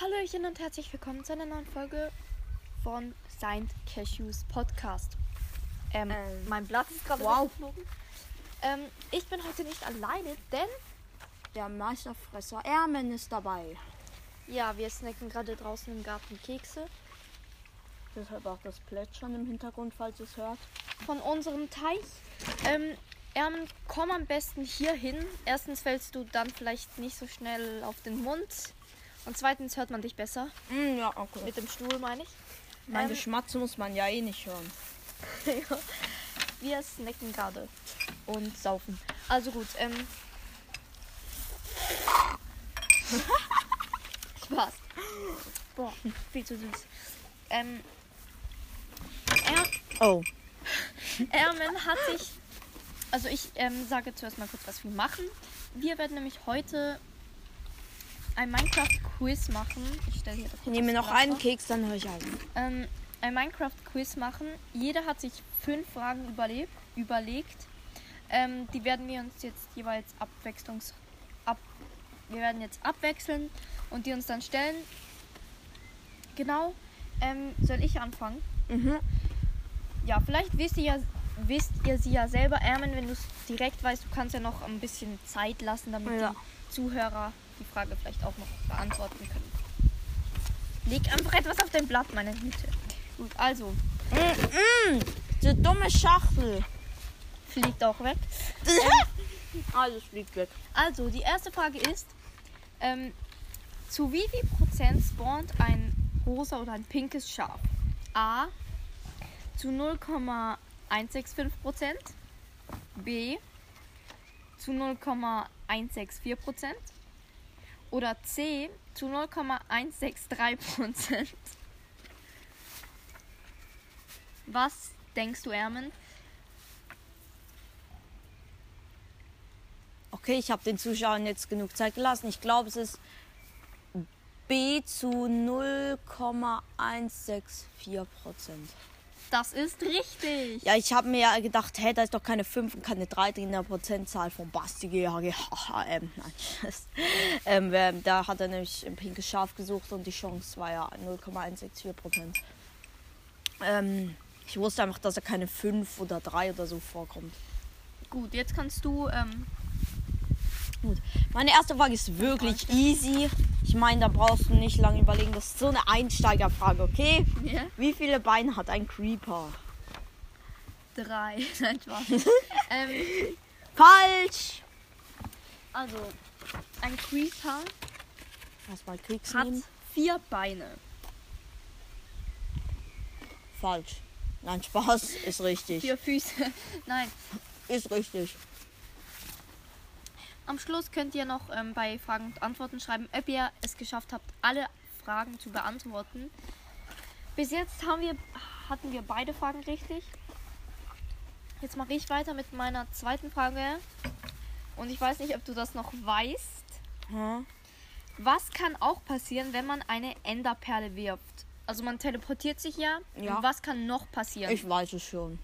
Hallöchen und herzlich willkommen zu einer neuen Folge von Saint Cashews Podcast. Ähm, Ähm, mein Blatt ist gerade wow. weggeflogen. Ähm, ich bin heute nicht alleine, denn Der Meisterfresser Ermen ist dabei. ja, wir snacken gerade draußen im Garten Kekse Deshalb auch das Plätschern im Hintergrund, falls ihr es hört. von unserem Teich. Ähm, Ermen, komm am besten hier hin. Erstens fällst du dann vielleicht nicht so schnell auf den Mund. Und zweitens hört man dich besser. Mm, ja, okay. Äh, Mit dem Stuhl meine ich. Meine ähm, Schmatze muss man ja eh nicht hören. Wir snacken gerade und saufen. Also gut, ähm. Spaß. Boah, viel zu süß. Ähm. Er Oh. Ermen hat sich. Also ich ähm, sage zuerst mal kurz, was wir machen. Wir werden nämlich heute ein Minecraft-Quiz machen. Ich stelle hier doch Ich nehme das noch Wasser. einen Keks, dann höre ich auf. Ähm, ein Minecraft-Quiz machen. Jeder hat sich fünf Fragen überlebt, überlegt. Ähm, die werden wir uns jetzt jeweils abwechslungs... Ab wir werden jetzt abwechseln und die uns dann stellen. Genau. Ähm, soll ich anfangen? Mhm. Ja, vielleicht wisst ihr ja... Wisst ihr sie ja selber, Ermen, wenn du es direkt weißt, du kannst ja noch ein bisschen Zeit lassen, damit Ja. die Zuhörer die Frage vielleicht auch noch beantworten können. Leg einfach etwas auf dein Blatt, meine Güte. Gut, also, Mm, mm, diese dumme Schachtel. fliegt auch weg. Alles fliegt weg. Also, die erste Frage ist, ähm, zu wie viel Prozent spawnt ein rosa oder ein pinkes Schaf? A. Zu 0,165 Prozent. B. Zu 0,164 Prozent. Oder C. Zu 0,163 Prozent. Was denkst du, Ermen? Okay, ich habe den Zuschauern jetzt genug Zeit gelassen. Ich glaube, es ist B zu 0,164 Prozent. Das ist richtig. Ja, ich habe mir ja gedacht, hey, da ist doch keine 5 und keine 3 drin in der Prozentzahl von Basti GHG. Haha, ähm, nein, Scherz. ähm, ähm, da hat er nämlich ein pinkes Schaf gesucht und die Chance war ja 0,164 Prozent. Ähm, ich wusste einfach, dass er keine 5 oder 3 oder so vorkommt. Gut, jetzt kannst du ähm, Gut. Meine erste Frage ist wirklich easy. Ich meine, da brauchst du nicht lange überlegen. Das ist so eine Einsteigerfrage, okay? Ja. Wie viele Beine hat ein Creeper? Drei. Nein, Spaß. ähm, Falsch! also, ein Creeper Erstmal Kriegs hat nehmen. vier Beine. Falsch. Nein, Spaß. Ist richtig. Vier Füße. Nein, Ist richtig. am Schluss könnt ihr noch ähm, bei Fragen und Antworten schreiben, ob ihr es geschafft habt, alle Fragen zu beantworten. Bis jetzt haben wir, hatten wir beide Fragen richtig. Jetzt mache ich weiter mit meiner zweiten Frage. Und ich weiß nicht, ob du das noch weißt. Hm? Was kann auch passieren, wenn man eine Enderperle wirft? Also man teleportiert sich ja. Ja. Und was kann noch passieren? Ich weiß es schon.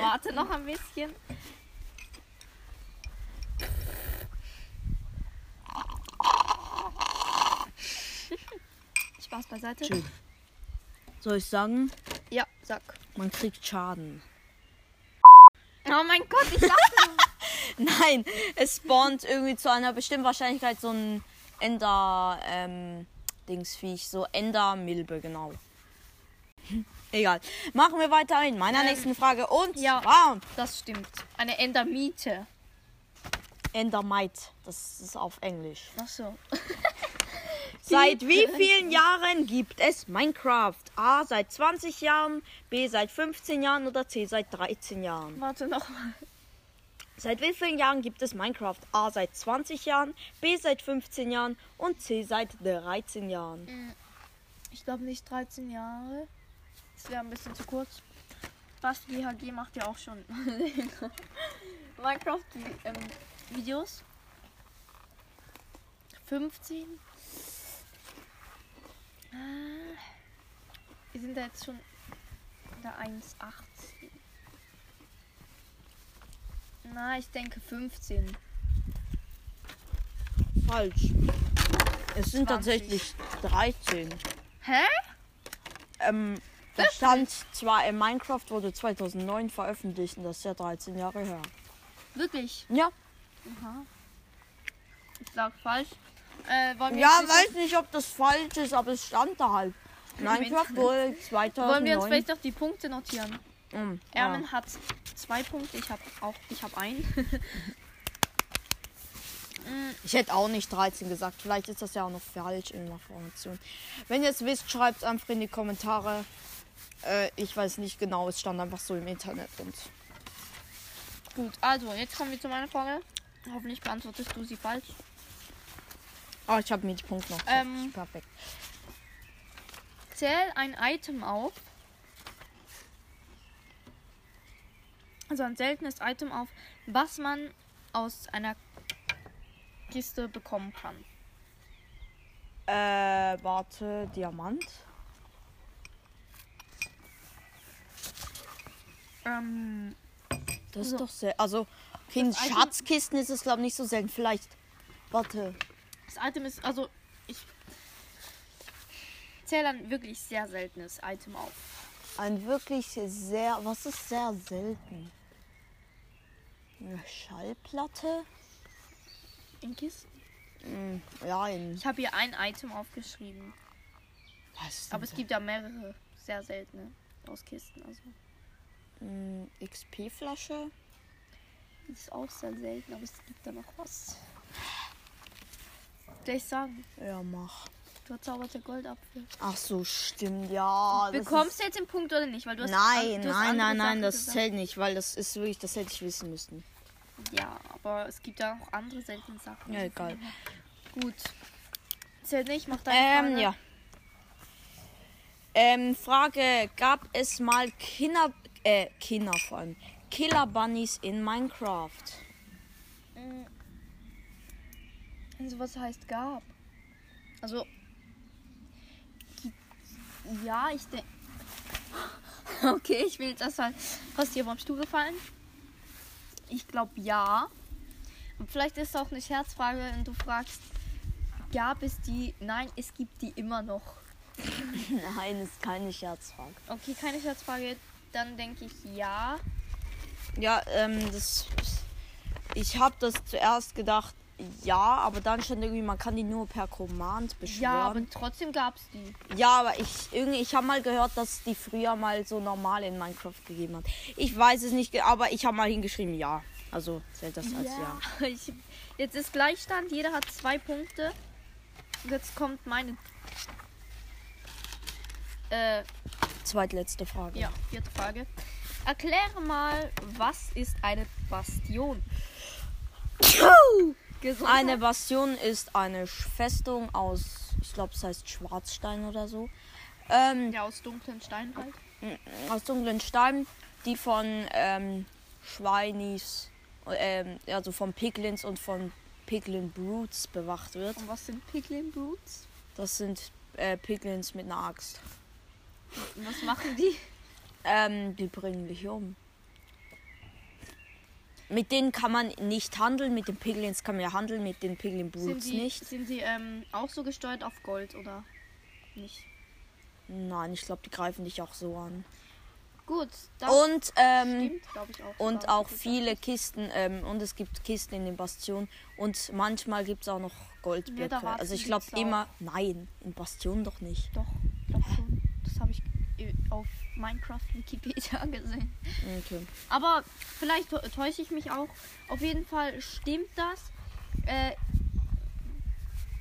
warte noch ein bisschen. Spaß beiseite. Tschüss. Soll ich sagen? Ja, sag. Man kriegt Schaden. Oh mein Gott, ich dachte. Nein, es spawnt irgendwie zu einer bestimmten Wahrscheinlichkeit so ein Ender ähm, Dingsviech, so Endermilbe, genau. Hm, Egal. Machen wir weiter in meiner nächsten Frage und ja. zwar das stimmt. Eine Endermiete. Endermite. Das ist auf Englisch. Ach so. Seit wie vielen Jahren gibt es Minecraft? A seit 20 Jahren, B seit 15 Jahren oder C seit 13 Jahren? Warte noch mal. Seit wie vielen Jahren gibt es Minecraft? A seit 20 Jahren, B seit 15 Jahren und C seit 13 Mhm. Jahren. Ich glaube nicht 13 Jahre. Das wäre ein bisschen zu kurz. Was GHG macht ja auch schon ähm, Minecraft-Videos. 15. Ah, Wir sind da jetzt schon in der 1,18. Na, ich denke 15. Falsch. Es 20. sind tatsächlich 13. Hä? Ähm, das stand zwar in Minecraft, wurde 2009 veröffentlicht und das ist ja 13 Jahre her. Wirklich? Ja, Aha. Ich sag falsch. Äh, wollen wir ja jetzt- weiß nicht, ob das falsch ist, aber es stand da halt. Minecraft wurde 2009. Wollen wir uns vielleicht noch die Punkte notieren? Mm, ja. Ermin hat zwei Punkte, ich habe auch, ich habe einen. Ich hätte auch nicht 13 gesagt. Vielleicht ist das ja auch noch falsch in der Formation. Wenn ihr es wisst, schreibt es einfach in die Kommentare. Äh, ich weiß nicht genau, es stand einfach so im Internet und. Gut, also jetzt kommen wir zu meiner Frage. Hoffentlich beantwortest du sie falsch. Ah, ich habe mir die Punkte noch. Ähm. gemacht. Perfekt. Zähl ein Item auf. Also ein seltenes Item auf, was man aus einer Kiste bekommen kann. Äh, warte, Diamant. Ähm, Das So. ist doch sehr. Also, okay, in Das Item- Schatzkisten ist es, glaube ich, nicht so selten. Vielleicht. Warte. das Item ist, also ich zähle ein wirklich sehr seltenes Item auf. Ein wirklich sehr. Was ist sehr selten? Eine Schallplatte? In Kisten? Mhm. Hm, ja, in. Ich habe hier ein Item aufgeschrieben. Was? Aber es gibt ja mehrere sehr seltene aus Kisten. Also Hm, XP-Flasche? die ist auch sehr selten, aber es gibt da noch was. Soll ich sagen, Ja, mach. verzauberte Goldapfel. Ach so, stimmt, ja. das Bekommst du jetzt den Punkt oder nicht? Weil du Ist, hast nein, du hast nein, andere nein, nein, Sachen das gesagt. zählt nicht, weil das ist wirklich, das hätte ich wissen müssen. Ja, aber es gibt da auch andere seltene Sachen. Ja, egal. Gut. Zählt nicht, mach deine Ähm, Frage. ja. Ähm, Frage: Gab es mal Kinder, äh, Kinder vor allem, Killer Bunnies in Minecraft? Mm. Also was heißt gab? Also die- ja, ich denke. Okay, ich halt. bin jetzt erstmal fast hier vom Stuhl gefallen. Ich glaube ja. Und vielleicht ist es auch eine Scherzfrage und du fragst, gab es die? Nein, es gibt die immer noch. Nein, ist keine Scherzfrage. Okay, keine Scherzfrage. Dann denke ich ja. Ja, ähm, das. Ich habe das zuerst gedacht, ja, aber dann stand irgendwie, man kann die nur per Command Ja, aber beschwören. trotzdem gab es die. Ja, aber ich irgendwie, ich habe mal gehört, dass die früher mal so normal in Minecraft gegeben hat. Ich weiß es nicht, ge- aber ich habe mal hingeschrieben, ja. Also zählt das als ja. Ja. Ich, jetzt ist Gleichstand, jeder hat zwei Punkte. Jetzt kommt meine. Äh, Zweitletzte Frage. ja, vierte Frage. Erkläre mal, was ist eine Bastion? Gesundheit. Eine Bastion ist eine Sch- Festung aus, ich glaube, es heißt Schwarzstein oder so. Ähm, Ja, aus dunklen Steinen halt. Aus dunklen Steinen, die von ähm, Schweinis, ähm, also von Piglins und von Piglin Brutes bewacht wird. Und was sind Piglin Boots? Das sind äh, Piglins mit einer Axt. Und was machen die? Ähm, die bringen dich um. Mit denen kann man nicht handeln, mit den Piglins kann man ja handeln, mit den Sind Piglin Brutes die, nicht. Sind die ähm, auch so gesteuert auf Gold oder nicht? Nein, ich glaube, die greifen dich auch so an. Gut, das Und ähm, Ah, stimmt, glaube ich auch. Und sogar. auch viele Kisten, ähm, und es gibt Kisten in den Bastionen. Und manchmal gibt es auch noch Goldblöcke. Netherwarzen also ich glaube gibt's auch. immer, nein, in Bastionen doch nicht. Doch, glaub schon. Das habe ich äh, auf Minecraft Wikipedia gesehen. Okay. Aber vielleicht tau- täusche ich mich auch. Auf jeden Fall stimmt das. Äh,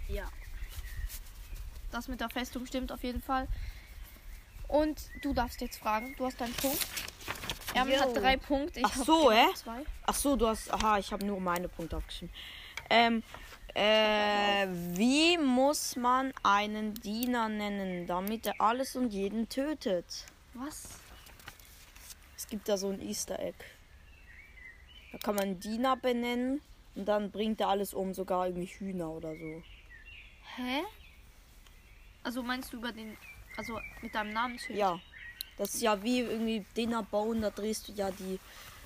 ja. Das mit der Festung stimmt auf jeden Fall. Und du darfst jetzt fragen. Du hast deinen Punkt. Erwin Jo. hat drei Punkte. Ich Ach hab so, genau hä? Zwei. Ach so, du hast, aha, ich habe nur meine Punkte aufgeschrieben. Ähm, äh, wie muss man einen Diener nennen, damit er alles und jeden tötet? Was? Es gibt da so ein Easter Egg. Da kann man einen Diener benennen und dann bringt er alles um, sogar irgendwie Hühner oder so. Hä? Also meinst du über den. Also mit deinem Namensschild? Ja. Das ist ja wie irgendwie Dinner bauen, da drehst du ja die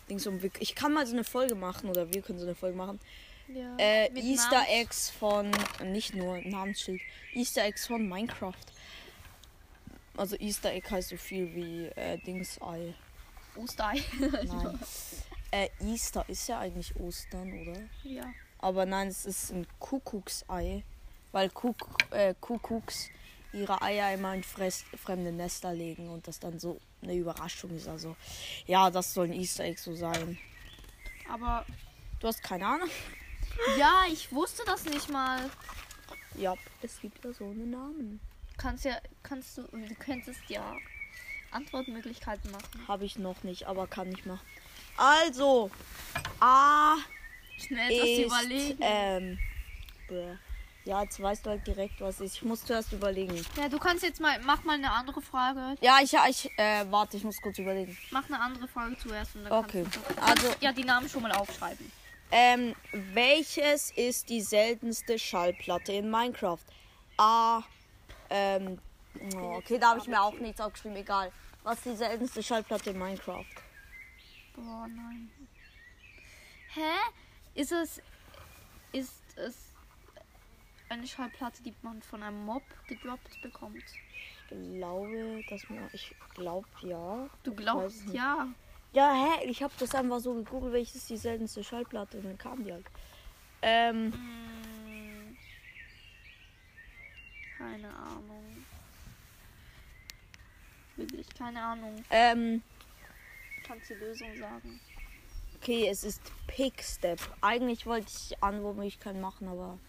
Dings um. Wir- Ich kann mal so eine Folge machen oder wir können so eine Folge machen, Ja. Äh, Mit Easter Namen. Eggs von, nicht nur Namensschild, Easter Eggs von Minecraft. Also Easter Egg heißt so viel wie äh, Dingsei. Osterei. Nein. äh, Easter ist ja eigentlich Ostern, oder? ja. Aber nein, es ist ein Kuckucksei, weil Kuck, äh, Kuckucks ihre Eier immer in fress- fremde Nester legen und das dann so eine Überraschung ist. Also ja, das soll ein Easter Egg so sein. Aber Du hast keine Ahnung? ja, ich wusste das nicht mal. Ja, es gibt ja so einen Namen. Kannst ja, kannst du, du könntest ja Antwortmöglichkeiten machen. Habe ich noch nicht, aber kann ich machen. Also, A Schnell etwas ist... überlegen. Ähm, bäh. ja, jetzt weißt du halt direkt, was ist. Ich muss zuerst überlegen. ja, du kannst jetzt mal, mach mal eine andere Frage. Ja, ich, ich äh, warte, ich muss kurz überlegen. Mach eine andere Frage zuerst und dann Okay, kannst du. also- ja, die Namen schon mal aufschreiben. Ähm, welches ist die seltenste Schallplatte in Minecraft? A. Ähm, oh, okay, da habe ich mir auch nichts aufgeschrieben, egal. Was ist die seltenste Schallplatte in Minecraft? Boah, nein. Hä? Ist es. Ist es. Eine Schallplatte, die man von einem Mob gedroppt bekommt? Ich glaube, dass man. Ich glaube ja. Du Weiß glaubst nicht. ja. Ja, hä? Ich habe das einfach so gegoogelt, welches ist die seltenste Schallplatte und dann kam die halt. Ähm, Hm. Keine Ahnung. Wirklich keine Ahnung. ähm, Kannst die Lösung sagen? okay, es ist Pickstep. Eigentlich wollte ich Antwortmöglichkeiten machen, aber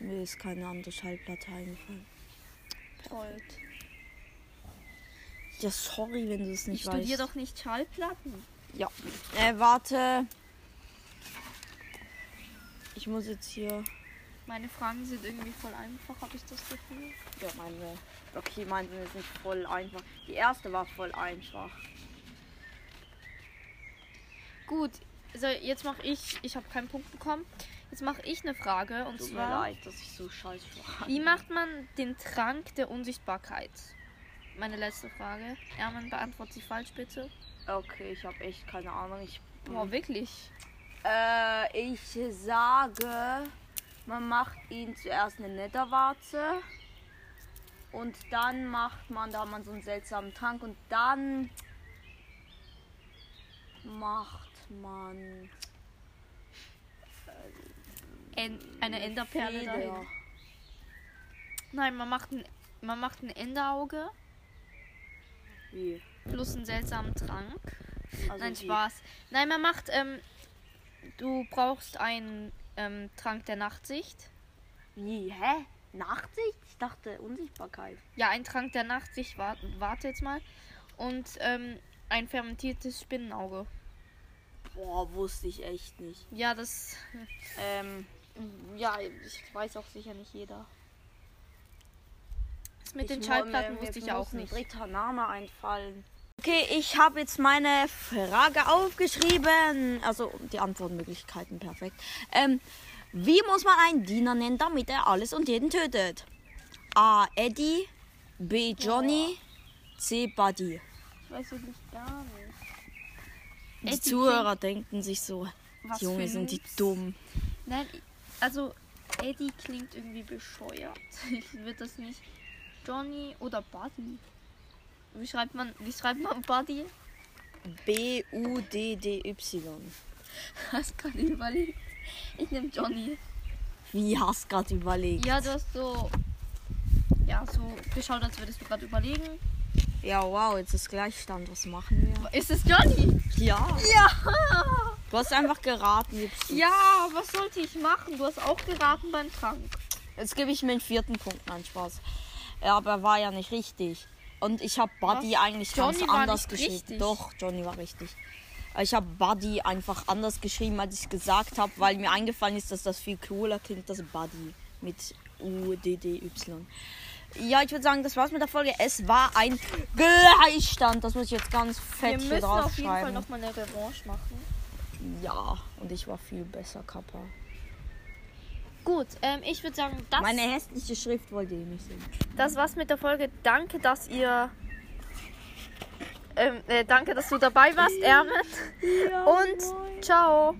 mir ist keine andere Schallplatte eingefallen. Toll. Ja, sorry, wenn du es Ich nicht weißt. studiere doch nicht Schallplatten. Ja. Äh, warte. Ich muss jetzt hier. Meine Fragen sind irgendwie voll einfach, habe ich das Gefühl. Ja, meine. Okay, meine ist nicht voll einfach. Die erste war voll einfach. Gut, also jetzt mache ich, ich habe keinen Punkt bekommen. Jetzt mache ich eine Frage und Tut mir zwar, leid, dass ich so scheiße war. wie macht man den Trank der Unsichtbarkeit? Meine letzte Frage. Erman, beantwortet sie falsch bitte. Okay, ich habe echt keine Ahnung. Ich, Boah, wirklich? äh, ich sage, man macht ihn zuerst eine Netterwarze. Und dann macht man, da hat man so einen seltsamen Trank. Und dann macht man. En eine Enderperle Feder. dahin. Nein, man macht ein, man macht ein Enderauge Wie? plus einen seltsamen Trank. Also Nein, wie? Spaß. Nein, man macht, ähm, du brauchst einen ähm, Trank der Nachtsicht. Wie? Hä? Nachtsicht? Ich dachte Unsichtbarkeit. Ja, ein Trank der Nachtsicht, warte, warte jetzt mal. Und ähm, ein fermentiertes Spinnenauge. Boah, wusste ich echt nicht. Ja, das. Ähm, Ja, ich weiß auch sicher nicht jeder. Das mit ich den mu- Schallplatten mir- wusste mir ich auch muss ein nicht. dritter Name einfallen. Okay, ich habe jetzt meine Frage aufgeschrieben. Also die Antwortmöglichkeiten, perfekt. Ähm, wie muss man einen Diener nennen, damit er alles und jeden tötet? A. Eddie. B. Johnny. C. Buddy. Ich weiß wirklich gar nicht. Die Eddie Zuhörer denken sich so, Was Junge, für sind die Noobs. dumm. Nein, ich- also Eddie klingt irgendwie bescheuert. Ich würde das nicht. Johnny oder Buddy? Wie schreibt man, wie schreibt man Buddy? B-U-D-D-Y. Hast gerade überlegt. Ich nehme Johnny. Wie hast gerade überlegt? Ja, du hast so. Ja, so geschaut, als würdest du gerade überlegen. Ja, wow, jetzt ist Gleichstand. Was machen wir? Ist es Johnny? Ja. Ja! Du hast einfach geraten. Jetzt, Ja, was sollte ich machen? Du hast auch geraten beim Trank. jetzt gebe ich mir den vierten Punkt. Nein, Spaß. Ja, aber er war ja nicht richtig. Und ich habe Buddy Was? eigentlich Johnny ganz war anders nicht geschrieben. richtig. Doch, Johnny war richtig. Aber Ich habe Buddy einfach anders geschrieben, als ich gesagt habe, weil mir eingefallen ist, dass das viel cooler klingt, das Buddy mit U-D-D-Y. Ja, ich würde sagen, das war's mit der Folge. Es war ein Gleichstand. Das muss ich jetzt ganz Wir fett hier müssen auf jeden Fall draufschreiben. nochmal eine Revanche machen. Ja, und ich war viel besser, Kappa. Gut, ähm, ich würde sagen, das, Meine hässliche Schrift wollt ihr eh nicht sehen. das war's mit der Folge. Danke, dass ihr. Ähm, äh, danke, dass du dabei warst, Erwin. Und ciao.